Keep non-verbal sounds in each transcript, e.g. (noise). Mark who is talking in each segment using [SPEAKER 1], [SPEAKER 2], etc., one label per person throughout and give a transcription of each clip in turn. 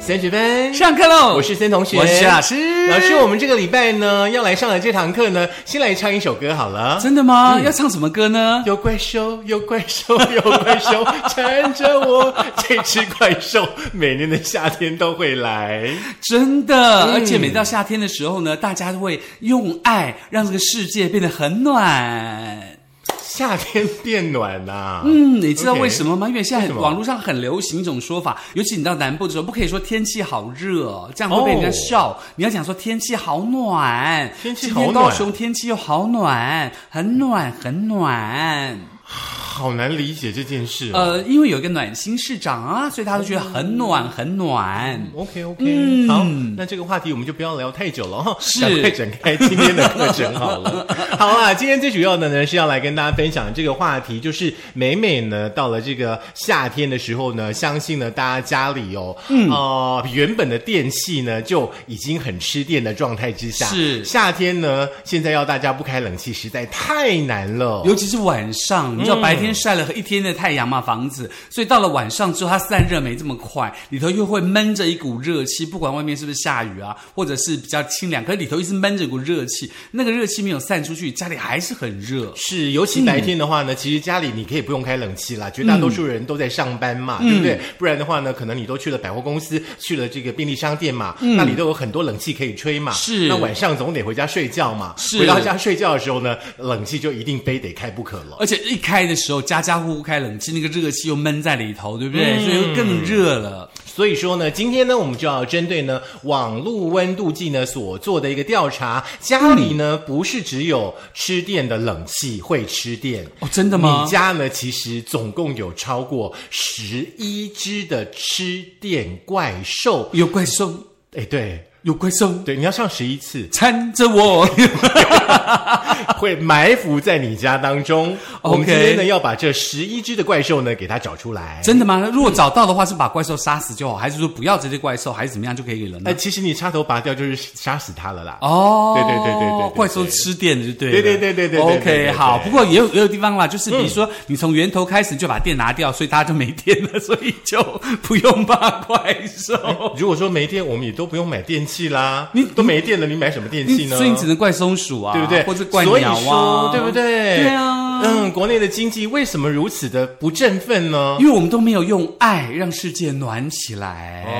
[SPEAKER 1] 三十分。
[SPEAKER 2] 上课喽！
[SPEAKER 1] 我是森同学，
[SPEAKER 2] 我是老师。
[SPEAKER 1] 老师，我们这个礼拜呢要来上的这堂课呢，先来唱一首歌好了。
[SPEAKER 2] 真的吗？
[SPEAKER 1] 嗯
[SPEAKER 2] 要唱什么歌呢？
[SPEAKER 1] 有怪兽，有怪兽，有怪
[SPEAKER 2] (laughs)
[SPEAKER 1] 兽缠着我。这只怪兽每年的夏天都会
[SPEAKER 2] (laughs)
[SPEAKER 1] 来。
[SPEAKER 2] 真的，
[SPEAKER 1] 嗯
[SPEAKER 2] 而且每到夏天的时候呢，大家都会用爱让这个世界变得很暖。
[SPEAKER 1] 夏天变暖呐、
[SPEAKER 2] 嗯，你知道
[SPEAKER 1] OK
[SPEAKER 2] 为什么吗？因为现在
[SPEAKER 1] 什么
[SPEAKER 2] 网络上很流行一种说法，尤其你到南部的时候，不可以说天气好热哦，这样会被人家
[SPEAKER 1] 哦
[SPEAKER 2] 笑。你要讲说天气好暖，
[SPEAKER 1] 天气
[SPEAKER 2] 今
[SPEAKER 1] 好
[SPEAKER 2] 天高
[SPEAKER 1] 暖
[SPEAKER 2] 雄天气又好暖，很暖很
[SPEAKER 1] 嗯
[SPEAKER 2] 暖。
[SPEAKER 1] 好难理解这件事、哦。
[SPEAKER 2] 呃，因为有一个暖心市长啊，所以大家都觉得很暖很暖。
[SPEAKER 1] OK OK，、
[SPEAKER 2] 嗯
[SPEAKER 1] 嗯好，那这个话题我们就不要聊太久了哈，
[SPEAKER 2] 是
[SPEAKER 1] 赶快展开今天的课程好
[SPEAKER 2] (laughs)
[SPEAKER 1] 了。好啦，今天最主要的呢是要来跟大家分享这个话题，就是每每呢到了这个夏天的时候呢，相信呢大家家里哦，嗯呃原本的电器呢就已经很吃电的状态之下，
[SPEAKER 2] 是
[SPEAKER 1] 夏天呢现在要大家不开冷气实在太难了。
[SPEAKER 2] 尤其是晚上，你知道白天晒了一天的太阳嘛，房子，所以到了晚上之后，它散热没这么快，里头又会闷着一股热气，不管外面是不是下雨啊，或者是比较清凉，可是里头一直闷着一股热气，那个热气没有散出去，家里还是很热。
[SPEAKER 1] 是，尤其白天的话呢，
[SPEAKER 2] 嗯
[SPEAKER 1] 其实家里你可以不用开冷气啦，绝大多数人都在上班嘛，
[SPEAKER 2] 嗯
[SPEAKER 1] 对不对？不然的话呢，可能你都去了百货公司，去了这个便利商店嘛，那里都有很多冷气可以吹嘛。
[SPEAKER 2] 嗯是
[SPEAKER 1] 那晚上总得回家睡觉嘛。
[SPEAKER 2] 是
[SPEAKER 1] 回到家睡觉的时候呢，冷气就一定非得开不可了。
[SPEAKER 2] 而且一开的时候，家家户户开冷气，那个热气又闷在里头，对不对？所以又更热了。
[SPEAKER 1] 所以说呢，今天呢，我们就要针对呢网络温度计呢所做的一个调查，家里呢、不是只有吃电的冷气会吃电
[SPEAKER 2] 哦真的吗
[SPEAKER 1] 你家呢其实总共有超过十一只的吃电怪兽，
[SPEAKER 2] 有怪兽，
[SPEAKER 1] 哎，对
[SPEAKER 2] 有怪兽，
[SPEAKER 1] 对，你要上十一次
[SPEAKER 2] (laughs) 缠着我。
[SPEAKER 1] 会埋伏在你家当中。我们
[SPEAKER 2] OK
[SPEAKER 1] 今天呢要把这十一只的怪兽呢给它找出来。
[SPEAKER 2] 真的吗？如果找到的话，是把怪兽杀死就好，还是说不要这些怪兽，还是怎么样就可以了呢
[SPEAKER 1] 哎，？其实你插头拔掉就是杀死它了啦。
[SPEAKER 2] 哦，
[SPEAKER 1] 对对对对对对对
[SPEAKER 2] 怪兽吃电就对了，
[SPEAKER 1] 对对对对对对对
[SPEAKER 2] OK，
[SPEAKER 1] 对嗯
[SPEAKER 2] 好，
[SPEAKER 1] 对
[SPEAKER 2] 不过也有也有地方啦，就是比如说你从源头开始就把电拿掉，所以它就没电了，所以就不用怕怪兽。
[SPEAKER 1] 如果说没电，我们也都不用买电器啦。
[SPEAKER 2] 你
[SPEAKER 1] 都没电了，你买什么电器
[SPEAKER 2] 你
[SPEAKER 1] 呢？
[SPEAKER 2] 所以你只能怪松鼠啊，
[SPEAKER 1] 对不对？
[SPEAKER 2] 或者怪
[SPEAKER 1] 所以
[SPEAKER 2] 鸟
[SPEAKER 1] 说，
[SPEAKER 2] 啊
[SPEAKER 1] 对不对？
[SPEAKER 2] 对啊，
[SPEAKER 1] 嗯，国内的经济为什么如此的不振奋呢？
[SPEAKER 2] 因为我们都没有用爱让世界暖起来，
[SPEAKER 1] 哦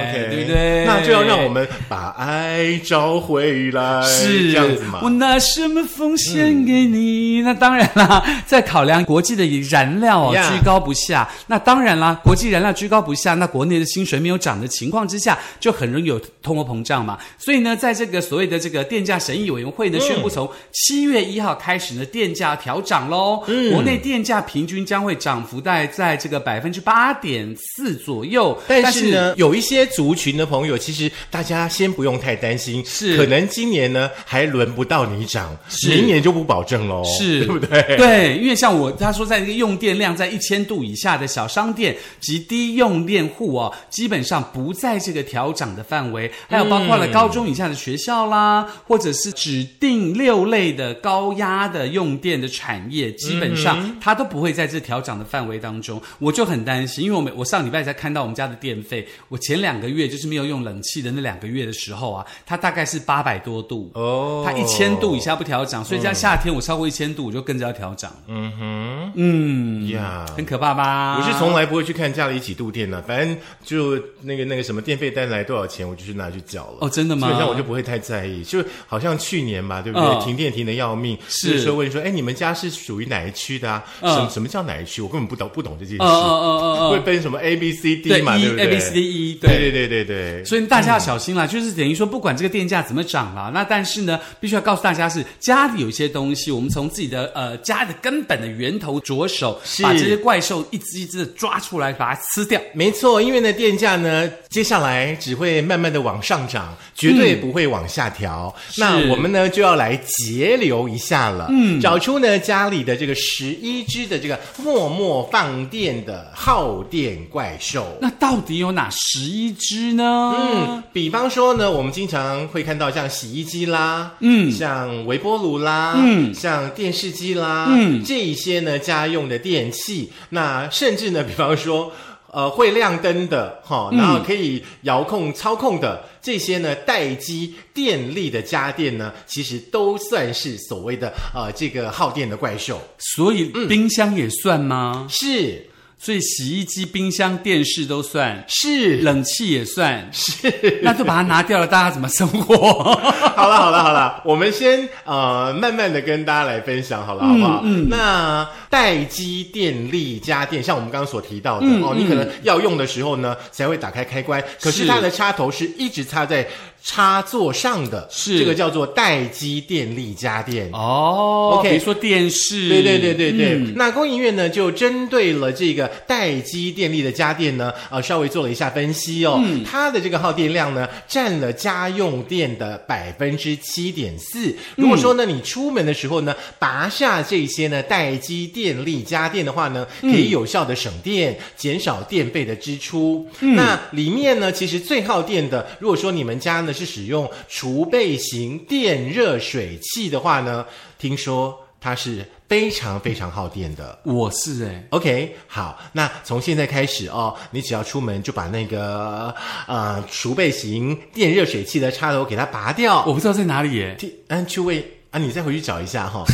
[SPEAKER 1] OK
[SPEAKER 2] 哎对不对？
[SPEAKER 1] 那就要让我。们把爱找回来，
[SPEAKER 2] 是
[SPEAKER 1] 这样子嘛
[SPEAKER 2] 我？拿什么奉献给你？那当然啦，在考量国际的燃料哦
[SPEAKER 1] 嗯 Yeah
[SPEAKER 2] 居高不下，那当然啦，国际燃料居高不下，那国内的薪水没有涨的情况之下，就很容易有通货膨胀嘛。所以呢，在这个所谓的这个电价审议委员
[SPEAKER 1] 嗯
[SPEAKER 2] 会呢，宣布从七月一号开始呢，电价调涨喽。
[SPEAKER 1] 嗯
[SPEAKER 2] 国内电价平均将会涨幅大概在这个百分之八点四左右，
[SPEAKER 1] 但是呢，有一些族群的朋友，其实大家先不用太担心，
[SPEAKER 2] 是
[SPEAKER 1] 可能今年呢还轮不到你涨，
[SPEAKER 2] 是
[SPEAKER 1] 明年就不保证喽，
[SPEAKER 2] 是，
[SPEAKER 1] 哦 (laughs) 对不对？
[SPEAKER 2] 对，因为像我他说，在这个用电量在一千度以下的小商店及低用电户哦，基本上不在这个调涨的范围。还有包括了高中以下的学校
[SPEAKER 1] 嗯
[SPEAKER 2] 啦，或者是指定六类的高压的用电的产业，基本
[SPEAKER 1] 嗯
[SPEAKER 2] 上它都不会在这调涨的范围当中。我就很担心，因为我每我上礼拜才看到我们家的电费，我前两个月就是没有用冷气的那两个月的时候啊，它大概是八百多度
[SPEAKER 1] 哦
[SPEAKER 2] 它一千度以下不调涨，所以这样夏天我超过一千度我就跟着要调涨，
[SPEAKER 1] 嗯哼，
[SPEAKER 2] 嗯，
[SPEAKER 1] 呀、
[SPEAKER 2] 很可怕吧？
[SPEAKER 1] 我是从来不会去看家里几度电的，反正就那个那个什么电费单来多少钱，我就去拿去缴了。
[SPEAKER 2] 哦真的吗
[SPEAKER 1] 基本上我就不会太在意，就好像去年吧，对不对？
[SPEAKER 2] 嗯
[SPEAKER 1] 停电停的要命，
[SPEAKER 2] 是
[SPEAKER 1] 那时候问说，哎，你们家是属于哪一区的啊？
[SPEAKER 2] 嗯
[SPEAKER 1] 什么什么叫哪一区？我根本不懂不懂这件事，
[SPEAKER 2] 嗯，嗯嗯嗯嗯
[SPEAKER 1] 会
[SPEAKER 2] 嗯，
[SPEAKER 1] 分什么 A B C D
[SPEAKER 2] 对
[SPEAKER 1] 嘛，对不
[SPEAKER 2] 一 A
[SPEAKER 1] 对
[SPEAKER 2] B C D E
[SPEAKER 1] 对对对对对。
[SPEAKER 2] 所以大家要小心啦，就是等于说，不管这个电价怎么涨啦，那但是呢，必须要告诉大家是家里有一些东西，我们从自己的呃家的根本的源头着手，
[SPEAKER 1] 是
[SPEAKER 2] 把这些怪兽一只一只的抓出来，把它吃掉。
[SPEAKER 1] 哎没错，因为呢，电价呢，接下来只会慢慢的往上涨，绝对不会往下调。那我们呢，就要来节流一下了，嗯，找出呢家里的这个十一只的这个默默放电的耗电怪兽。
[SPEAKER 2] 那到底有哪十一只呢？
[SPEAKER 1] 嗯，比方说呢，我们经常会看到像洗衣机啦，嗯，像微波炉啦，嗯，像电视机啦，嗯，这一些呢家用的电器，那甚至呢，比方说。呃会亮灯的哈、然后可以遥控操控的这些呢待机电力的家电呢，其实都算是所谓的呃这个耗电的怪兽。
[SPEAKER 2] 所以
[SPEAKER 1] 嗯
[SPEAKER 2] 冰箱也算吗？
[SPEAKER 1] 是
[SPEAKER 2] 所以洗衣机、冰箱、电视都算，
[SPEAKER 1] 是，
[SPEAKER 2] 冷气也算，是，那就把它拿掉了，大家怎么生活？
[SPEAKER 1] (laughs) 好了好了好了，我们先呃慢慢的跟大家来分享好了，好不好？嗯，那待机电力家电，像我们刚刚所提到的、哦，你可能要用的时候呢才会打开开关，可是
[SPEAKER 2] 是
[SPEAKER 1] 它的插头是一直插在插座上的，
[SPEAKER 2] 是
[SPEAKER 1] 这个叫做待机电力家电。
[SPEAKER 2] 哦
[SPEAKER 1] OK
[SPEAKER 2] 比如说电视，
[SPEAKER 1] 对对对对对，
[SPEAKER 2] 嗯
[SPEAKER 1] 那工研院呢就针对了这个待机电力的家电呢，呃，稍微做了一下分析哦。它的这个耗电量呢，占了家用电的百分之七点四。如果说呢，你出门的时候呢，拔下这些呢待机电力家电的话呢，可以有效的省电，减少电费的支出。那里面呢，其实最耗电的，如果说你们家呢是使用储备型电热水器的话呢，听说。它是非常非常耗电的。
[SPEAKER 2] 我是哎、
[SPEAKER 1] OK，好，那从现在开始哦，你只要出门就把那个呃储备型电热水器的插头给它拔掉。
[SPEAKER 2] 我不知道在哪里耶、
[SPEAKER 1] 听，嗯，去位啊，你再回去找一下哈、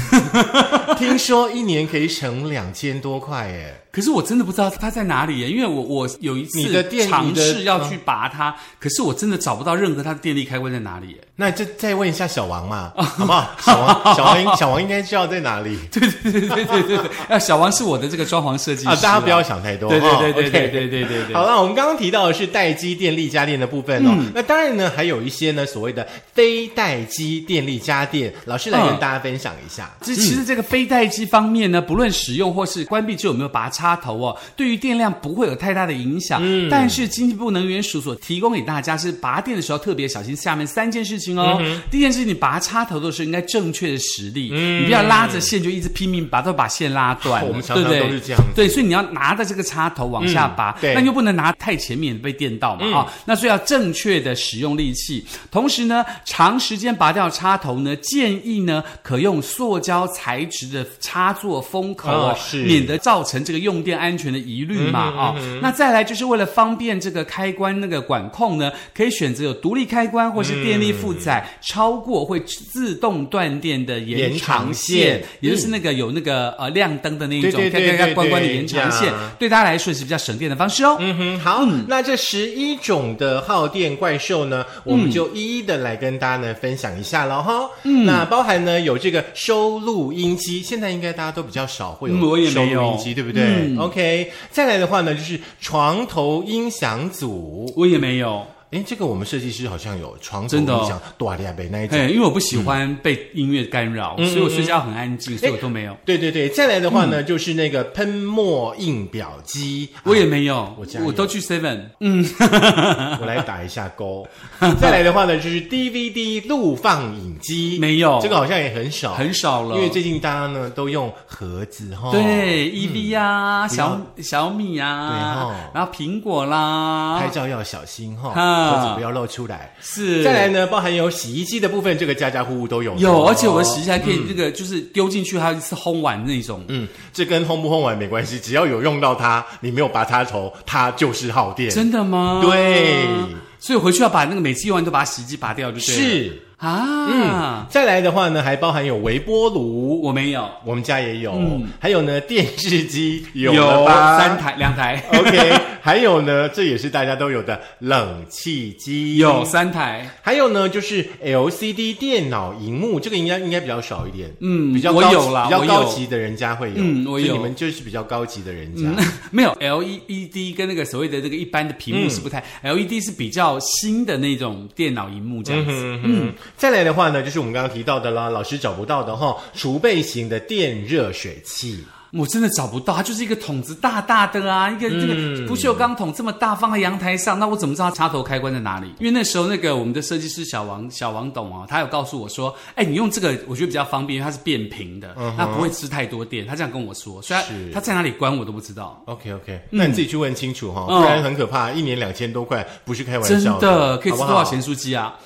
[SPEAKER 1] (laughs) 听说一年可以省两千多块耶。
[SPEAKER 2] 可是我真的不知道它在哪里耶，因为我我有一
[SPEAKER 1] 你的
[SPEAKER 2] 次
[SPEAKER 1] 电
[SPEAKER 2] 尝
[SPEAKER 1] 你的
[SPEAKER 2] 试要去拔它，可是我真的找不到任何它的电力开关在哪里耶。
[SPEAKER 1] 那就再问一下小王嘛，好不好？小王，小王，小王应该知道在哪
[SPEAKER 2] (laughs)
[SPEAKER 1] 里
[SPEAKER 2] 对对对对对对对，啊，小王是我的这个装潢设计师
[SPEAKER 1] 啊，大家不
[SPEAKER 2] 啊
[SPEAKER 1] 要想太多。
[SPEAKER 2] 对
[SPEAKER 1] 哈
[SPEAKER 2] 对对对
[SPEAKER 1] OK
[SPEAKER 2] 对对对对对。嗯
[SPEAKER 1] 好了，我们刚刚提到的是待机电力家电的部分哦。那当然呢，还有一些呢所谓的非待机电力家电，老师来跟
[SPEAKER 2] 嗯
[SPEAKER 1] 大家分享一下。
[SPEAKER 2] 这其实这个非待机方面呢，不论使用或是关闭之后有没有拔插头哦，对于电量不会有太大的影响。嗯，但是经济部能源署所提供给大家是拔电的时候特别小心下面三件事情哦。
[SPEAKER 1] 嗯
[SPEAKER 2] 第一件事情，你拔插头的时候应该正确的实力，你不要拉着线就一直拼命拔，都把线拉断了，
[SPEAKER 1] 嗯 (laughs) 我们常
[SPEAKER 2] 对不
[SPEAKER 1] 常
[SPEAKER 2] 对？
[SPEAKER 1] 都是这样子
[SPEAKER 2] 对，所以你要拿着这个插头往下拔，
[SPEAKER 1] 嗯对嗯
[SPEAKER 2] 那又不能拿太前面被电到嘛啊、那所以要正确的使用力气。同时呢，长时间拔掉插头呢，建议呢可用塑胶材质的插座封口哦，
[SPEAKER 1] 啊是嗯
[SPEAKER 2] 免得造成这个用电安全的疑虑嘛啊、那再来就是为了方便这个开关那个管控呢，可以选择有独立开关或是电力负载、
[SPEAKER 1] 嗯
[SPEAKER 2] 超过会自动断电的延
[SPEAKER 1] 延
[SPEAKER 2] 长
[SPEAKER 1] 长
[SPEAKER 2] 线，
[SPEAKER 1] 线
[SPEAKER 2] 也就是那个有那个呃亮灯的那一种，
[SPEAKER 1] 对对对
[SPEAKER 2] 咔咔咔
[SPEAKER 1] 对
[SPEAKER 2] 关关的
[SPEAKER 1] 对
[SPEAKER 2] 延长线
[SPEAKER 1] 呀，
[SPEAKER 2] 对大家来说也是比较省电的方式哦。
[SPEAKER 1] 嗯哼，好，那这十一种的耗电怪兽呢，我
[SPEAKER 2] 嗯
[SPEAKER 1] 们就一一的来跟大家呢分享一下了哈。嗯，那包含呢有这个收录音机，现在应该大家都比较少会
[SPEAKER 2] 嗯我
[SPEAKER 1] 有
[SPEAKER 2] 也
[SPEAKER 1] 收
[SPEAKER 2] 没有
[SPEAKER 1] 录音机，对不对、
[SPEAKER 2] 嗯
[SPEAKER 1] o k 再来的话呢就是床头音响组，
[SPEAKER 2] 我也没有，
[SPEAKER 1] 诶，这个我们设计师好像有床头
[SPEAKER 2] 真的哦
[SPEAKER 1] 音响，大力贝那一种。
[SPEAKER 2] 哎，因为我不喜
[SPEAKER 1] 嗯
[SPEAKER 2] 欢被音乐干扰，所以我睡觉很安静，所以我都没有，
[SPEAKER 1] 对对对，再来的话呢，就是那个喷墨印表机，
[SPEAKER 2] 嗯 (laughs) 我也没有
[SPEAKER 1] 我家，
[SPEAKER 2] 我
[SPEAKER 1] 有
[SPEAKER 2] 都去 Seven，
[SPEAKER 1] 啊我来打一下
[SPEAKER 2] (laughs)
[SPEAKER 1] 勾。再来的话呢，就是 DVD 录放影机，
[SPEAKER 2] 没有
[SPEAKER 1] 这个好像也很少，
[SPEAKER 2] 很少了，
[SPEAKER 1] 因为最近大家呢都用盒子哈。
[SPEAKER 2] 对 EV 啊，
[SPEAKER 1] 嗯不
[SPEAKER 2] 小
[SPEAKER 1] 要
[SPEAKER 2] 小米
[SPEAKER 1] 对
[SPEAKER 2] 啊
[SPEAKER 1] 哦，
[SPEAKER 2] 然后苹果
[SPEAKER 1] 拍
[SPEAKER 2] 啦，
[SPEAKER 1] 照要小心哈，
[SPEAKER 2] 啊
[SPEAKER 1] 盒子不要露出来。
[SPEAKER 2] 是
[SPEAKER 1] 再来呢，包含有洗衣机的部分，这个家家户户都有的哦。
[SPEAKER 2] 有，而且我的洗衣机还可以那个就是丢进去，还有一次烘完那种，
[SPEAKER 1] 嗯，这跟烘不烘完没关系，只要有用到它，你没有拔插头，它就是耗电。
[SPEAKER 2] 真的吗？
[SPEAKER 1] 嗯对，
[SPEAKER 2] 所以回去要把那个每次用完都把洗衣机拔掉，就对了
[SPEAKER 1] 是。嗯
[SPEAKER 2] 啊，
[SPEAKER 1] 再来的话呢，还包含有微波炉，
[SPEAKER 2] 我没有，
[SPEAKER 1] 我们家也有，
[SPEAKER 2] 嗯
[SPEAKER 1] 还有呢 (laughs) 电视机有了吧
[SPEAKER 2] 三台
[SPEAKER 1] (laughs)
[SPEAKER 2] 两台，
[SPEAKER 1] OK，还有呢，这也是大家都有的冷气机
[SPEAKER 2] 有。三台。 (laughs)
[SPEAKER 1] 还有呢，就是 LCD 电脑荧幕，这个应该应该比较少一点，
[SPEAKER 2] 嗯
[SPEAKER 1] 比较
[SPEAKER 2] 我
[SPEAKER 1] 高级
[SPEAKER 2] 有啦
[SPEAKER 1] 比较
[SPEAKER 2] 我
[SPEAKER 1] 高
[SPEAKER 2] 有
[SPEAKER 1] 级的人家会有，
[SPEAKER 2] 嗯我
[SPEAKER 1] 所以
[SPEAKER 2] 有嗯
[SPEAKER 1] 你们就是比较高级的人家，
[SPEAKER 2] 没有 LED 跟那个所谓的这个一般的屏幕是不太、LED 是比较新的那种电脑荧幕这样子。
[SPEAKER 1] 嗯嗯，再来的话呢，就是我们刚刚提到的啦，老师找不到的哈、储备型的电热水器，
[SPEAKER 2] 我真的找不到，它就是一个桶子大大的啊，一个这
[SPEAKER 1] 嗯
[SPEAKER 2] 个不锈钢桶这么大放在阳台上，那我怎么知道它插头开关在哪里？因为那时候那个我们的设计师小王小王董哦，他有告诉我说，哎，你用这个我觉得比较方便，因为它是变频的，它不会吃太多电。他这样跟我说，虽然
[SPEAKER 1] 嗯是
[SPEAKER 2] 他在哪里关我都不知道，
[SPEAKER 1] OK OK，那你自己去问清楚哈、
[SPEAKER 2] 嗯
[SPEAKER 1] 不然很可怕，一年两千多块不是开玩
[SPEAKER 2] 真
[SPEAKER 1] 笑
[SPEAKER 2] 的可以吃
[SPEAKER 1] 好
[SPEAKER 2] 多
[SPEAKER 1] 不好
[SPEAKER 2] 少钱？酥鸡啊？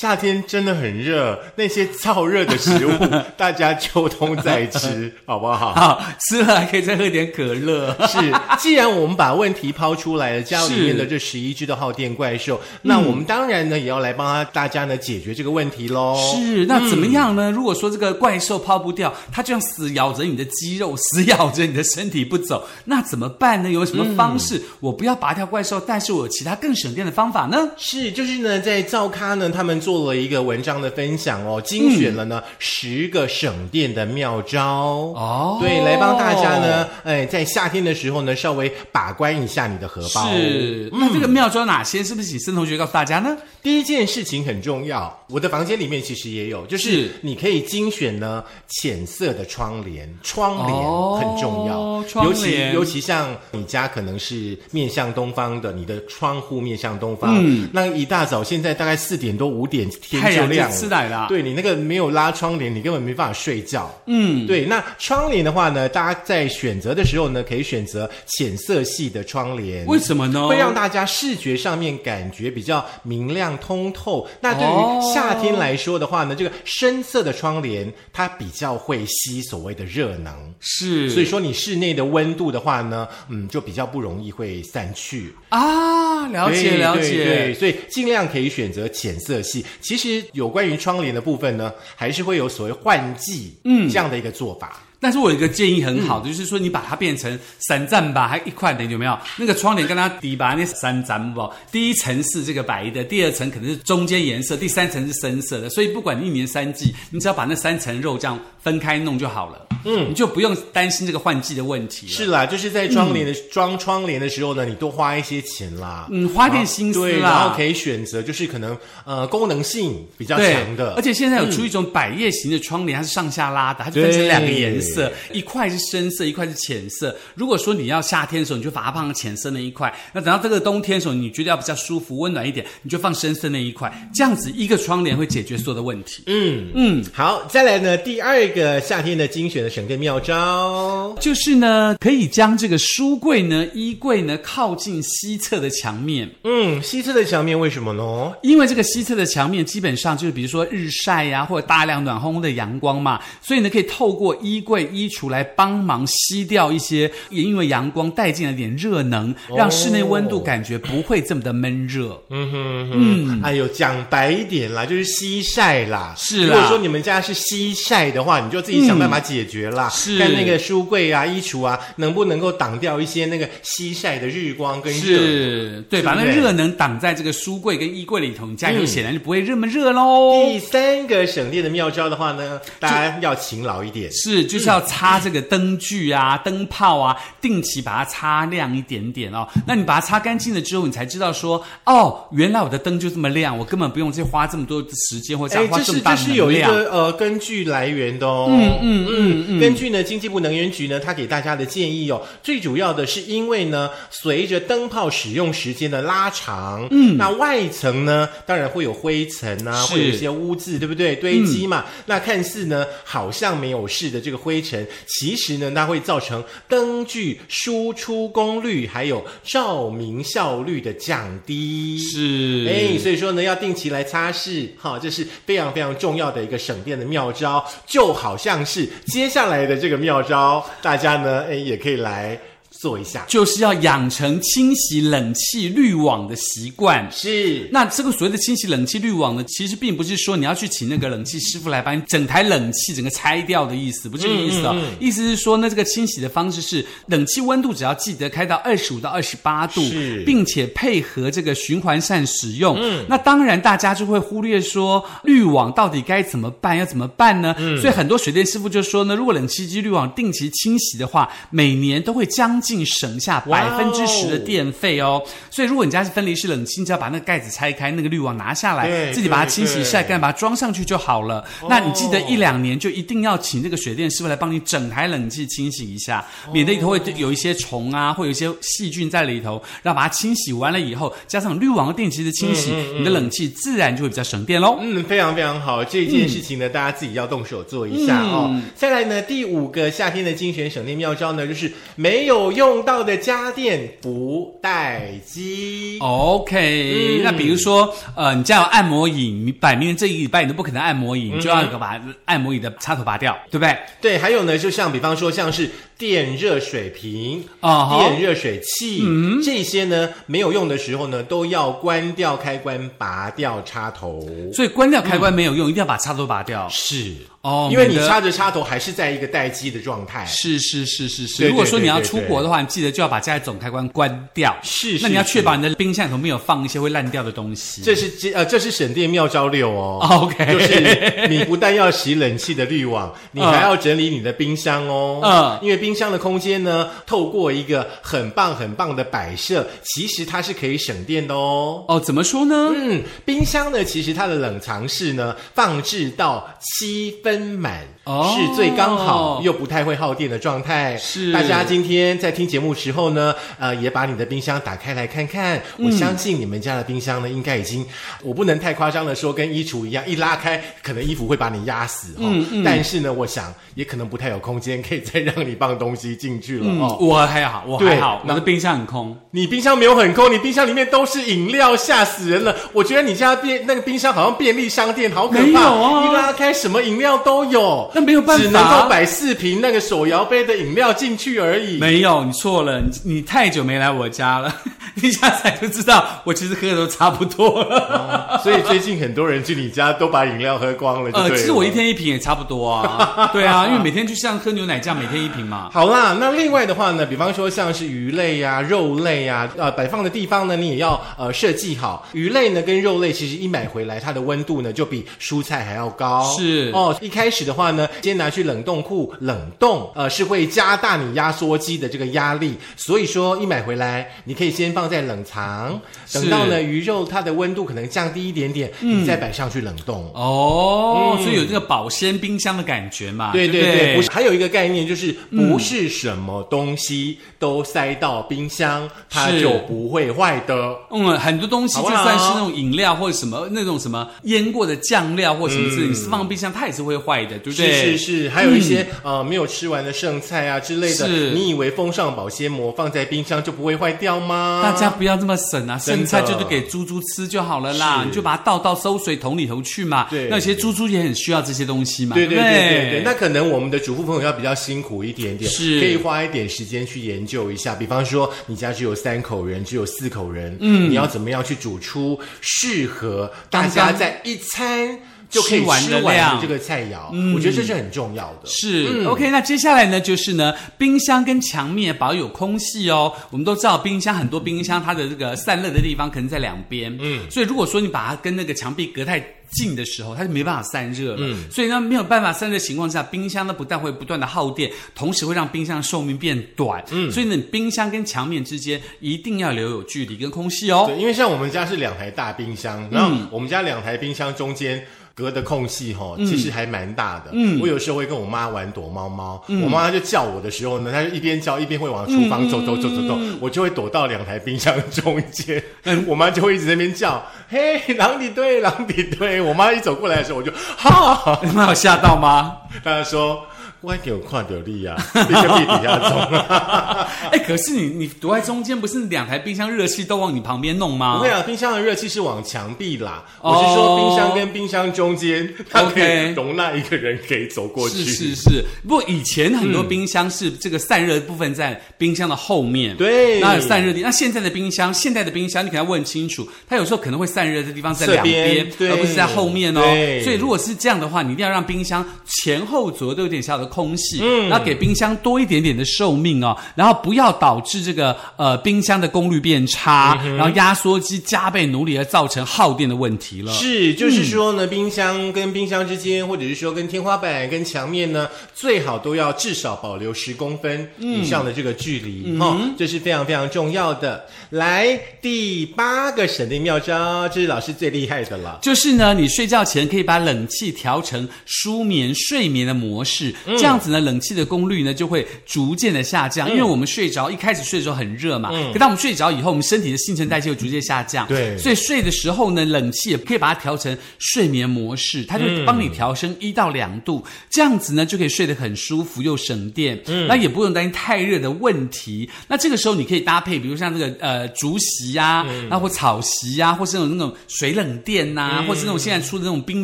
[SPEAKER 1] 夏天真的很热，那些燥热的食
[SPEAKER 2] (laughs)
[SPEAKER 1] 物大家秋冬再吃，好不好？
[SPEAKER 2] 好，啊吃了还可以再喝点可乐。
[SPEAKER 1] 是，既然我们把问题抛出来了，家里
[SPEAKER 2] 是
[SPEAKER 1] 面的这十一只的耗电怪兽，那我们当然呢也要来帮他大家呢解决这个问题喽。
[SPEAKER 2] 是，
[SPEAKER 1] 嗯
[SPEAKER 2] 那怎么样呢？如果说这个怪兽抛不掉，它就像死咬着你的肌肉，死咬着你的身体不走，那怎么办呢？有什么方
[SPEAKER 1] 嗯
[SPEAKER 2] 式？我不要拔掉怪兽，但是我有其他更省电的方法呢？
[SPEAKER 1] 是，就是呢，在造咖呢，他们做了一个文章的分享哦，精选了呢十、个省电的妙招
[SPEAKER 2] 哦
[SPEAKER 1] 对，来帮大家呢，哎，在夏天的时候呢，稍微把关一下你的荷包。
[SPEAKER 2] 是，
[SPEAKER 1] 嗯
[SPEAKER 2] 那这个妙招哪些？是不是请森同学告诉大家呢？
[SPEAKER 1] 第一件事情很重要，我的房间里面其实也有，就是
[SPEAKER 2] 是
[SPEAKER 1] 你可以精选呢浅色的窗帘，窗
[SPEAKER 2] 哦
[SPEAKER 1] 帘很重要，
[SPEAKER 2] 窗
[SPEAKER 1] 尤其
[SPEAKER 2] 帘
[SPEAKER 1] 尤其像你家可能是面向东方的，你的窗户面向东方，那一大早现在大概四点多五点天
[SPEAKER 2] 嗯太
[SPEAKER 1] 就
[SPEAKER 2] 阳就
[SPEAKER 1] 亮
[SPEAKER 2] 出
[SPEAKER 1] 了。
[SPEAKER 2] 来了。
[SPEAKER 1] 对你那个没有拉窗帘，你根本没办法睡觉。
[SPEAKER 2] 嗯，
[SPEAKER 1] 对，那窗帘的话呢，大家在选择的时候呢，可以选择浅色系的窗帘。
[SPEAKER 2] 为什么呢？
[SPEAKER 1] 会让大家视觉上面感觉比较明亮通透。那对
[SPEAKER 2] 哦
[SPEAKER 1] 于夏天来说的话呢，这个深色的窗帘它比较会吸所谓的热能。
[SPEAKER 2] 是，
[SPEAKER 1] 所以说，你室内的温度的话呢，嗯，就比较不容易会散去。
[SPEAKER 2] 啊，了解
[SPEAKER 1] 对
[SPEAKER 2] 了
[SPEAKER 1] 对对，
[SPEAKER 2] 解，
[SPEAKER 1] 所以尽量可以选择浅色系。其实有关于窗帘的部分呢，还是会有所谓换季，嗯，这样的一个做法。
[SPEAKER 2] 但是我有一个建议很好的，就是说你把它
[SPEAKER 1] 嗯
[SPEAKER 2] 变成三站吧，还一块的有没有？那个窗帘跟它底吧，那三站不，第一层是这个白的，第二层可能是中间颜色，第三层是深色的。所以不管一年三季，你只要把那三层肉这样分开弄就好了，嗯，你就不用担心这个换季的问题了。
[SPEAKER 1] 是啦，就是在窗帘的、装窗帘的时候呢，你多花一些钱啦，
[SPEAKER 2] 嗯花点心思啦
[SPEAKER 1] 对，然后可以选择就是可能呃功能性比较
[SPEAKER 2] 对，
[SPEAKER 1] 强的，
[SPEAKER 2] 而且现在有出一种百叶型的窗帘，它是上下拉的，它就分成两个颜
[SPEAKER 1] 嗯
[SPEAKER 2] 色，一块是深色，一块是浅色。如果说你要夏天的时候，你就把它放浅色那一块；那等到这个冬天的时候，你觉得要比较舒服、温暖一点，你就放深色那一块。这样子一个窗帘会解决所有的问题。
[SPEAKER 1] 嗯嗯，好，再来呢第二个夏天的精选的省电妙招。
[SPEAKER 2] 就是呢，可以将这个书柜呢、衣柜呢靠近西侧的墙面。
[SPEAKER 1] 嗯，西侧的墙面为什么呢？
[SPEAKER 2] 因为这个西侧的墙面基本上就是比如说日晒呀、或者大量暖烘烘的阳光嘛，所以呢可以透过衣柜、衣橱来帮忙吸掉一些，也因为阳光带进了点热能，让室内温度感觉不会这么的闷热。
[SPEAKER 1] 嗯哼哼，哎呦，讲白一点啦，就是西晒啦。
[SPEAKER 2] 是啦
[SPEAKER 1] 如果说你们家是西晒的话，你就自己想办法解决啦。
[SPEAKER 2] 嗯是
[SPEAKER 1] 看那个书柜啊、衣橱啊，能不能够挡掉一些那个西晒的日光跟热。
[SPEAKER 2] 是嗯对，
[SPEAKER 1] 对
[SPEAKER 2] 把那
[SPEAKER 1] 不对
[SPEAKER 2] 热能挡在这个书柜跟衣柜里头，你家里就显然就不会这么热喽。
[SPEAKER 1] 第三个省电的妙招的话呢，大家要勤劳一点。
[SPEAKER 2] 是，就是要擦这个灯具啊、灯泡啊，定期把它擦亮一点点哦。那你把它擦干净了之后，你才知道说，哦，原来我的灯就这么亮，我根本不用去花这么多的时间或者
[SPEAKER 1] 哎，
[SPEAKER 2] 花
[SPEAKER 1] 这
[SPEAKER 2] 这
[SPEAKER 1] 是
[SPEAKER 2] 么大
[SPEAKER 1] 这
[SPEAKER 2] 的
[SPEAKER 1] 是有
[SPEAKER 2] 能
[SPEAKER 1] 一
[SPEAKER 2] 量。
[SPEAKER 1] 个呃根据来源的哦，嗯嗯嗯嗯，根据呢经济部能源局呢，它给大家的建议哦，最主要的是因为呢，随着灯泡使用时间的拉长，嗯，那外层呢当然会有灰尘啊，
[SPEAKER 2] 是
[SPEAKER 1] 会有一些污渍，对不对？堆积嘛，那看似呢好像没有事的这个灰尘，其实呢它会造成灯具输出功率还有照明效率的降低，
[SPEAKER 2] 是，
[SPEAKER 1] 哎，所以说呢，要定期来擦拭，哈，这是非常非常重要的一个省电的妙招，就好像是接下来的这个妙招，大家呢，哎，也可以来做一下。
[SPEAKER 2] 就是要养成清洗冷气滤网的习惯。
[SPEAKER 1] 是，
[SPEAKER 2] 那这个所谓的清洗冷气滤网呢，其实并不是说你要去请那个冷气师傅来把你整台冷气整个拆掉的意思，不是这个意思哦。意思是说呢，这个清洗的方式是冷气温度只要记得开到二十五到二十八度
[SPEAKER 1] 是，
[SPEAKER 2] 并且配合这个循环扇使用。嗯，那当然大家就会忽略说滤网到底该怎么办，要怎么办呢？所以很多水电师傅就说呢，如果冷气机滤网定期清洗的话，每年都会将近省下
[SPEAKER 1] 哇
[SPEAKER 2] 百
[SPEAKER 1] 哦
[SPEAKER 2] 分之十的电。电费哦。所以如果你家是分离式冷气，你只要把那个盖子拆开，那个滤网拿下
[SPEAKER 1] 对
[SPEAKER 2] 来，自己把它
[SPEAKER 1] 对
[SPEAKER 2] 清洗
[SPEAKER 1] 对哦
[SPEAKER 2] 晒干，把它装上去就好了。那你记得一两年就一定要请这个水电师傅来帮你整台冷气清洗一下，
[SPEAKER 1] 哦
[SPEAKER 2] 免得里头会有一些虫啊，会有一些细菌在里头。然后把它清洗完了以后，加上滤网的定期的清洗，你的冷气自然就会比较省电喽。
[SPEAKER 1] 嗯，非常非常好，这件事情呢，大家自己要动手做一下哦。再来呢，第五个夏天的精选省电妙招呢，就是没有有用到的家电不待机。
[SPEAKER 2] OK，、
[SPEAKER 1] 嗯
[SPEAKER 2] 那比如说，呃，你家有按摩椅，你摆明这一礼拜你都不可能按摩椅，你就要
[SPEAKER 1] 嗯
[SPEAKER 2] 把按摩椅的插头拔掉，对不对？
[SPEAKER 1] 对，还有呢，就像比方说，像是电热水瓶、
[SPEAKER 2] 啊嗯哈
[SPEAKER 1] 电热水器、这些呢，没有用的时候呢，都要关掉开关，拔掉插头。
[SPEAKER 2] 所以关掉开关没有用，一定要把插头拔掉。
[SPEAKER 1] 是
[SPEAKER 2] 哦
[SPEAKER 1] 嗯因为你
[SPEAKER 2] 免得
[SPEAKER 1] 插着插头还是在一个待机的状态。
[SPEAKER 2] 是是是是是，
[SPEAKER 1] 对
[SPEAKER 2] 如果说
[SPEAKER 1] 对
[SPEAKER 2] 你要
[SPEAKER 1] 对
[SPEAKER 2] 出
[SPEAKER 1] 对
[SPEAKER 2] 国的话，你记得就要把家里总开关关掉。
[SPEAKER 1] 是
[SPEAKER 2] 那你
[SPEAKER 1] 是
[SPEAKER 2] 要确
[SPEAKER 1] 是
[SPEAKER 2] 保你的冰箱里头没有放一些会烂掉的东西。
[SPEAKER 1] 这是这呃，这是省电妙招六
[SPEAKER 2] (laughs)
[SPEAKER 1] 哦。
[SPEAKER 2] OK
[SPEAKER 1] 就是你不但要洗冷气的滤
[SPEAKER 2] (laughs)
[SPEAKER 1] 网，你还要整理你的冰箱哦。
[SPEAKER 2] 嗯
[SPEAKER 1] 因为冰箱的空间呢，透过一个很棒很棒的摆设，其实它是可以省电的哦。
[SPEAKER 2] 哦，怎么说呢？
[SPEAKER 1] 嗯，冰箱呢，其实它的冷藏室呢，放置到七分满。
[SPEAKER 2] 哦
[SPEAKER 1] 是最刚好又不太会耗电的状态。
[SPEAKER 2] 是
[SPEAKER 1] 大家今天在听节目时候呢，呃，也把你的冰箱打开来看看。
[SPEAKER 2] 嗯
[SPEAKER 1] 我相信你们家的冰箱呢，应该已经，我不能太夸张的说，跟衣橱一样，一拉开，可能衣服会把你压死哦。但是呢，我想也可能不太有空间可以再让你放东西进去了哦。
[SPEAKER 2] 嗯，我还好，我还
[SPEAKER 1] 对
[SPEAKER 2] 好，我
[SPEAKER 1] 那
[SPEAKER 2] 的冰箱很空。
[SPEAKER 1] 你冰箱没有很空，你冰箱里面都是饮料，吓死人了！我觉得你家便那个冰箱好像便利商店，好可怕！
[SPEAKER 2] 没有啊
[SPEAKER 1] 一拉开什么饮料都有，
[SPEAKER 2] 那没有办法
[SPEAKER 1] 只能够摆四瓶那个手摇杯的饮料进去而已。
[SPEAKER 2] 没有，你错了，你你太久没来我家了， (laughs) 你下次才就知道，我其实喝的都差不多了。
[SPEAKER 1] 所以最近很多人去你家都把饮料喝光了就对了
[SPEAKER 2] 呃，其实我一天一瓶也差不多啊，对啊，因为每天就像喝牛奶这样，每天一瓶嘛。
[SPEAKER 1] 好啦，那另外的话呢，比方说像是鱼类呀、肉类呀、呃，摆放的地方呢，你也要呃设计好。鱼类呢跟肉类其实一买回来，它的温度呢就比蔬菜还要高。
[SPEAKER 2] 是
[SPEAKER 1] 哦，一开始的话呢，先拿去冷冻库冷冻，呃，是会加大你压缩机的这个压力。所以说一买回来，你可以先放在冷藏，
[SPEAKER 2] 是嗯
[SPEAKER 1] 等到呢鱼肉它的温度可能降低一点点，你再摆上去冷冻。
[SPEAKER 2] 哦，所以有这个保鲜冰箱的感觉嘛？
[SPEAKER 1] 嗯对
[SPEAKER 2] 啊对嗯
[SPEAKER 1] 对
[SPEAKER 2] 不
[SPEAKER 1] 对，不是还有一个概念就是，不是什么东西都塞到冰箱，它
[SPEAKER 2] 是
[SPEAKER 1] 就不会坏的。
[SPEAKER 2] 嗯，很多东西
[SPEAKER 1] 好
[SPEAKER 2] 就
[SPEAKER 1] 不好
[SPEAKER 2] 算是那种饮料或者什么那种什么腌过的酱料或什么之类，你放冰箱它也是会坏的，对不
[SPEAKER 1] 是
[SPEAKER 2] 对？
[SPEAKER 1] 嗯
[SPEAKER 2] 嗯
[SPEAKER 1] 是是，还有一些、呃没有吃完的剩菜啊之类的，
[SPEAKER 2] 是
[SPEAKER 1] 你以为封上保鲜膜放在冰箱就不会坏掉吗？
[SPEAKER 2] 大家不要这么省啊，
[SPEAKER 1] 真
[SPEAKER 2] 剩
[SPEAKER 1] 的
[SPEAKER 2] 菜就是给猪猪吃就好了啦，
[SPEAKER 1] 是
[SPEAKER 2] 你就把它倒到馊水桶里头去嘛。
[SPEAKER 1] 对
[SPEAKER 2] 那有些猪猪也很需要这些东西嘛。
[SPEAKER 1] 对对
[SPEAKER 2] 不
[SPEAKER 1] 对对
[SPEAKER 2] 对
[SPEAKER 1] 对，那可能我们的主妇朋友要比较辛苦一点点，
[SPEAKER 2] 是
[SPEAKER 1] 可以花一点时间去研究一下。比方说，你家只有三口人，只有四口人，嗯，你要怎么样去煮出适合大
[SPEAKER 2] 刚
[SPEAKER 1] 家
[SPEAKER 2] 刚
[SPEAKER 1] 在一餐就可以
[SPEAKER 2] 吃完的
[SPEAKER 1] 吃完的
[SPEAKER 2] 量嗯
[SPEAKER 1] 这个菜肴？我觉得这是很重要的。
[SPEAKER 2] 是、OK，那接下来呢，就是呢，冰箱跟墙面保有空隙哦。我们都知道，冰箱很多冰箱它的这个散热的地方可能在两边，嗯，所以如果说你把它跟那个墙壁隔太近的时候，它就没办法散热了。嗯，所以呢，没有办法散热情况下，冰箱呢不但会不断的耗电，同时会让冰箱寿命变短。嗯，所以呢，你冰箱跟墙面之间一定要留有距离跟空隙哦。
[SPEAKER 1] 对，因为像我们家是两台大冰箱，然后我们家两台冰箱中间。隔的空隙哈、其实还蛮大的。嗯，我有时候会跟我妈玩躲猫猫，我妈就叫我的时候呢，她就一边叫一边会往厨房走走走走走，我就会躲到两台冰箱中间。 (laughs) 我妈就会一直在那边叫，嘿，狼底堆，狼底堆。我妈一走过来的时候，我就哈，
[SPEAKER 2] 你 (laughs) 们有吓到吗？
[SPEAKER 1] 她说。我给我看到你啊，你个屁底下走。
[SPEAKER 2] 哎、可是你你躲在中间，不是两台冰箱热气都往你旁边弄吗？
[SPEAKER 1] 我跟你讲，啊冰箱的热气是往墙壁啦。
[SPEAKER 2] 啊哦
[SPEAKER 1] 我是说，冰箱跟冰箱中间，它可
[SPEAKER 2] OK
[SPEAKER 1] 以容纳一个人可以走过去。
[SPEAKER 2] 是是是，不过以前很多冰箱是这个散热的部分在冰箱的后面，
[SPEAKER 1] 对
[SPEAKER 2] 那有散热地。那现在的冰箱，现在的冰箱你可能要问清楚，它有时候可能会散热的地方在两
[SPEAKER 1] 这
[SPEAKER 2] 边
[SPEAKER 1] 边，对
[SPEAKER 2] 而不是在后面哦。
[SPEAKER 1] 对
[SPEAKER 2] 所以如果是这样的话，你一定要让冰箱前后左右都有点小的空隙，嗯，然后给冰箱多一点点的寿命哦，然后不要导致这个呃冰箱的功率变差，然后压缩机加倍努力而造成耗电的问题了。
[SPEAKER 1] 是，就是说呢，冰箱跟冰箱之间，或者是说跟天花板、跟墙面呢，最好都要至少保留十公分
[SPEAKER 2] 嗯
[SPEAKER 1] 以上的这个距离，哈、这是非常非常重要的。来，第八个省电妙招，这是老师最厉害的了。
[SPEAKER 2] 就是呢，你睡觉前可以把冷气调成舒眠睡眠的模式，这样子呢，冷气的功率呢就会逐渐的下降，因为我们睡着一开始睡的时候很热嘛，可当我们睡着以后，我们身体的新陈代谢会逐渐下降，
[SPEAKER 1] 对
[SPEAKER 2] 所以睡的时候呢，冷气也可以把它调成睡眠模式，它就会帮你调升一到两度，这样子呢就可以睡得很舒服又省电，
[SPEAKER 1] 嗯
[SPEAKER 2] 那也不用担心太热的问题。那这个时候你可以搭配，比如像这个呃竹席呀、啊，
[SPEAKER 1] 嗯
[SPEAKER 2] 然后草席呀、啊，或是那种那种水冷垫呐、或是那种现在出的那种冰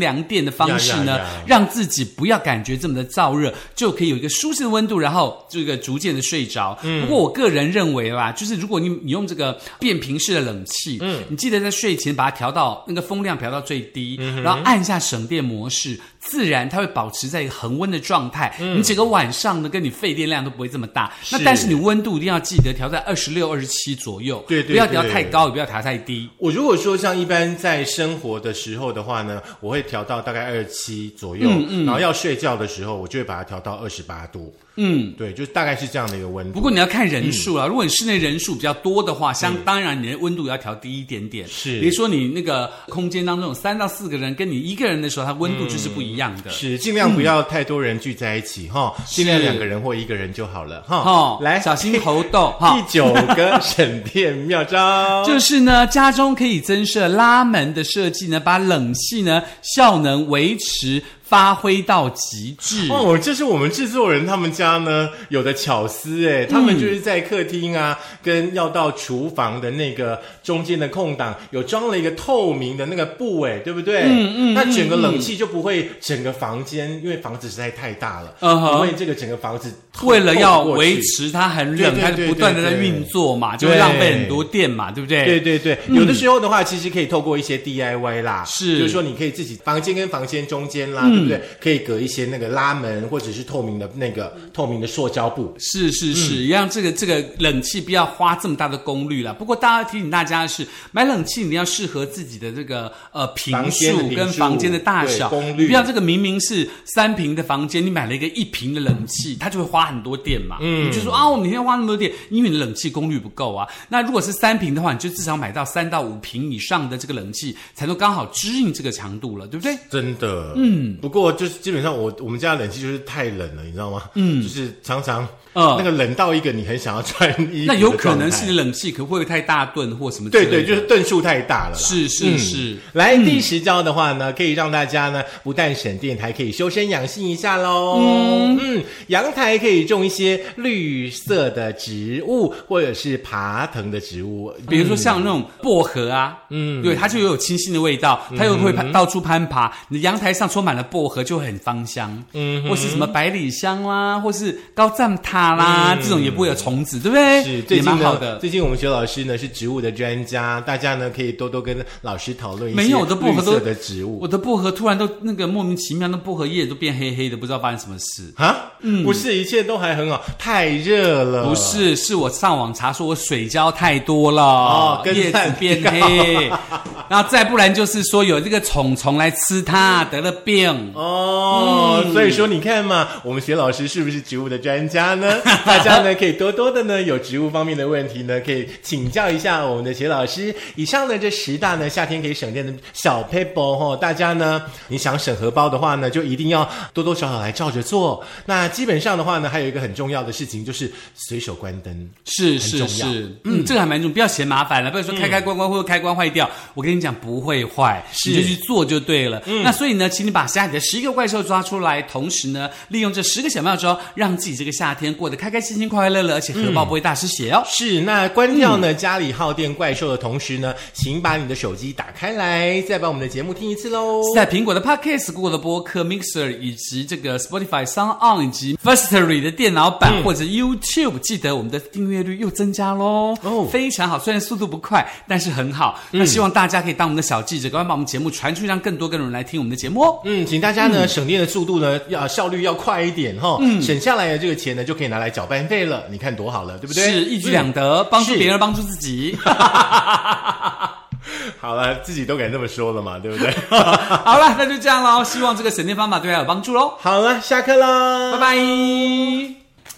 [SPEAKER 2] 凉垫的方式呢
[SPEAKER 1] 呀呀呀
[SPEAKER 2] 让自己不要感觉这么的燥热，就可以有一个舒适的温度，然后这个逐渐的睡着。
[SPEAKER 1] 嗯
[SPEAKER 2] 不过我个人认为啦，就是如果你你用这个变频式的冷气，嗯，你记得在睡前把它调到那个风量调到最低，
[SPEAKER 1] 嗯
[SPEAKER 2] 然后按下省电模式，自然它会保持在一个恒温的状态。你整个晚上呢，跟你费电量都不会这么大。那
[SPEAKER 1] 嗯是
[SPEAKER 2] 但是你温度一定要记得调在二十六、二十七左右，
[SPEAKER 1] 对对
[SPEAKER 2] 不要调太
[SPEAKER 1] 对
[SPEAKER 2] 高，也不要调太低。
[SPEAKER 1] 我如果说像一般在生活的时候的话呢，我会调到大概二十七左右，然后要睡觉的时候，我就会把它调到二十八度。嗯，对，就大概是这样的一个温度。
[SPEAKER 2] 不过你要看人数
[SPEAKER 1] 嗯
[SPEAKER 2] 啦，如果你室内人数比较多的话，相当然你的温度要调低一点点。
[SPEAKER 1] 是
[SPEAKER 2] 比如说你那个空间当中有三到四个人，跟你一个人的时候，它温度就是不一样的。
[SPEAKER 1] 是尽量不要太多人聚在一起哈，尽量两个人或一个人就好了哈。
[SPEAKER 2] 哦，
[SPEAKER 1] 来，
[SPEAKER 2] 小心 (laughs) 猴痘
[SPEAKER 1] (laughs)
[SPEAKER 2] 哈。
[SPEAKER 1] 第九个省电妙招，
[SPEAKER 2] 就是呢，家中可以增设拉门的设计呢，把冷气呢效能维持发挥到极致。
[SPEAKER 1] 哦，这是我们制作人他们家呢有的巧思
[SPEAKER 2] 嗯
[SPEAKER 1] 哎，他们就是在客厅啊，跟要到厨房的那个中间的空档，有装了一个透明的那个布哎，对不对？嗯嗯，那整个冷气就不会整个房间，因为房子实在太大了，
[SPEAKER 2] 嗯哼
[SPEAKER 1] 不会这个整个房子透
[SPEAKER 2] 为了要
[SPEAKER 1] 透过去
[SPEAKER 2] 维持它很
[SPEAKER 1] 对
[SPEAKER 2] 冷，
[SPEAKER 1] 对
[SPEAKER 2] 它就
[SPEAKER 1] 对
[SPEAKER 2] 不断的
[SPEAKER 1] 对
[SPEAKER 2] 在
[SPEAKER 1] 对
[SPEAKER 2] 运作嘛，就
[SPEAKER 1] 对
[SPEAKER 2] 会浪费很多电嘛，对不对？
[SPEAKER 1] 对对对，有的时候的话，其实可以透过一些 DIY 啦，
[SPEAKER 2] 嗯是嗯
[SPEAKER 1] 就是说你可以自己房间跟房间中间啦，对不对？可以隔一些那个拉门或者是透明的那个透明的塑胶布。
[SPEAKER 2] 是是
[SPEAKER 1] 嗯
[SPEAKER 2] 是，让这个这个冷气不要花这么大的功率了。不过大家提醒大家的是，买冷气你要适合自己的这个呃平
[SPEAKER 1] 房间的
[SPEAKER 2] 数
[SPEAKER 1] 平
[SPEAKER 2] 跟
[SPEAKER 1] 数
[SPEAKER 2] 房间的大
[SPEAKER 1] 对
[SPEAKER 2] 小，
[SPEAKER 1] 功率
[SPEAKER 2] 你不要这个明明是三平的房间，你买了一个一平的冷气，它就会花很多电嘛。嗯，你就说啊，我每天花那么多电，因为你冷气功率不够啊。那如果是三平的话，你就至少买到三到五平以上的这个冷气，才能刚好支应这个强度了，对不对？
[SPEAKER 1] 真的，嗯，不过就是基本上我我们家冷气就是太冷了，你知道吗？嗯，就是常常
[SPEAKER 2] 嗯
[SPEAKER 1] 那个冷到一个你很想要穿衣服的状态，
[SPEAKER 2] 那有可能是你冷气可会不会太大顿或什么之类
[SPEAKER 1] 对
[SPEAKER 2] 的？
[SPEAKER 1] 对，就是嗯吨数太大了啦。
[SPEAKER 2] 是是是。
[SPEAKER 1] 来第十招的话呢，可以让大家呢不但省电，还可以修身养性一下喽。嗯阳台可以种一些绿色的植物，或者是爬藤的植物。
[SPEAKER 2] 比如说像那种薄荷啊，嗯，对，它就有清新的味道，
[SPEAKER 1] 嗯
[SPEAKER 2] 它又会到处攀爬。你的阳台上充满了薄荷，就会很芳香，嗯，或是什么百里香啦，或是高赞塔啦，这种也不会有虫子，对不对？
[SPEAKER 1] 嗯是，最
[SPEAKER 2] 哎也
[SPEAKER 1] 近
[SPEAKER 2] 蛮
[SPEAKER 1] 呢，
[SPEAKER 2] 好的。
[SPEAKER 1] 最近我们学老师呢是植物的专家，大家呢可以多多跟老师讨论一些
[SPEAKER 2] 没有我的薄
[SPEAKER 1] 绿
[SPEAKER 2] 荷都
[SPEAKER 1] 色的植物
[SPEAKER 2] 我的薄荷突然都那个莫名其妙，那薄荷叶都变黑黑的，不知道发生什么事。
[SPEAKER 1] 啊。不是，一切都还很好，太热了。
[SPEAKER 2] 嗯不是，是我上网查说我水浇太多了，
[SPEAKER 1] 哦跟
[SPEAKER 2] 叶子
[SPEAKER 1] 蛋
[SPEAKER 2] 变
[SPEAKER 1] 糕
[SPEAKER 2] 黑， (laughs) 然后再不然就是说有这个虫虫来吃它，得了病。
[SPEAKER 1] 哦，
[SPEAKER 2] 嗯
[SPEAKER 1] 所以说你看嘛，我们学老师是不是植物的专家
[SPEAKER 2] (laughs)
[SPEAKER 1] 呢？大家呢可以多多的呢有植物方面的问题呢，可以请教一下我们的学老师。以上呢这十大呢夏天可以省电的小 paper 哈、大家呢你想省荷包的话呢，就一定要多多少少来照着做。那基本上的话呢，还有一个很重要的事情就是随手关灯。
[SPEAKER 2] 是
[SPEAKER 1] 很
[SPEAKER 2] 是
[SPEAKER 1] 重要嗯
[SPEAKER 2] 是，嗯，这个还蛮重要，不要嫌麻烦了，不要说开开关关或者开关坏掉。我跟你讲不会坏，你就去做就对了。
[SPEAKER 1] 嗯
[SPEAKER 2] 那所以呢，请你把家里的十一个怪兽抓出来，同时呢，利用这十个小妙招，让自己这个夏天过得开开心心、快快乐乐，而且荷
[SPEAKER 1] 嗯
[SPEAKER 2] 包不会大失血哦。
[SPEAKER 1] 是，那关掉呢、家里耗电怪兽的同时呢，请把你的手机打开来，再把我们的节目听一次喽。
[SPEAKER 2] 在苹果的 Podcast、Google 的播客、Mixer 以及这个 Spotify、Sound On 以及 Firstory 的电脑版、
[SPEAKER 1] 嗯
[SPEAKER 2] 或者 YouTube，记得我们的订阅率又增加喽，
[SPEAKER 1] 哦嗯
[SPEAKER 2] 非常好。虽然速度不快，但是很好。那希望大家可以当我们的小记者，赶快把我们节目传出去，让更多更多人来听我们的节目哦。
[SPEAKER 1] 嗯，请大家呢、省电的速度呢要效率要快一点哈、嗯，省下来的这个钱呢就可以拿来搅拌费了，你看多好了，对不对？
[SPEAKER 2] 是一举两得，帮助
[SPEAKER 1] 是
[SPEAKER 2] 别人，帮助自己。
[SPEAKER 1] 嗯 (laughs) 好了，自己都敢这么说了嘛，对不对？
[SPEAKER 2] (laughs)
[SPEAKER 1] (laughs)
[SPEAKER 2] 好了，那就这样喽。希望这个省电方法对大家有帮助喽。
[SPEAKER 1] 好了，下课啦，
[SPEAKER 2] 拜。拜。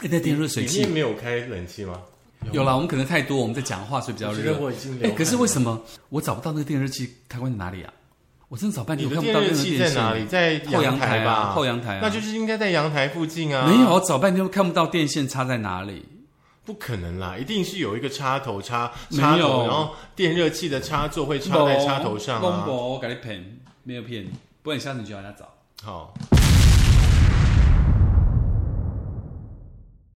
[SPEAKER 2] 哎，那电热水
[SPEAKER 1] 里
[SPEAKER 2] 器
[SPEAKER 1] 面没有开冷气吗？
[SPEAKER 2] 有了，我们可能太多，我们在讲话，所以比较
[SPEAKER 1] 我觉
[SPEAKER 2] 热
[SPEAKER 1] 得我已经。
[SPEAKER 2] 哎
[SPEAKER 1] 流，汗
[SPEAKER 2] 可是为什么我找不到那个电热器开关在哪里啊？我真的找半天，
[SPEAKER 1] 你
[SPEAKER 2] 我
[SPEAKER 1] 的
[SPEAKER 2] 看
[SPEAKER 1] 电
[SPEAKER 2] 不到
[SPEAKER 1] 热
[SPEAKER 2] 任何
[SPEAKER 1] 器
[SPEAKER 2] 电
[SPEAKER 1] 在
[SPEAKER 2] 线
[SPEAKER 1] 哪里？在
[SPEAKER 2] 后阳台
[SPEAKER 1] 台
[SPEAKER 2] 啊
[SPEAKER 1] 吧？
[SPEAKER 2] 后阳台啊
[SPEAKER 1] 那就是应该在阳台附近啊。
[SPEAKER 2] 没有，我找半天看不到电线插在哪里。
[SPEAKER 1] 不可能啦，一定是有一个插头插
[SPEAKER 2] 没有
[SPEAKER 1] 插头，然后电热器的插座会插在插头上
[SPEAKER 2] 公
[SPEAKER 1] 啊。
[SPEAKER 2] 博，我给你骗，没有骗你，不然你下次你去他家找。
[SPEAKER 1] 好，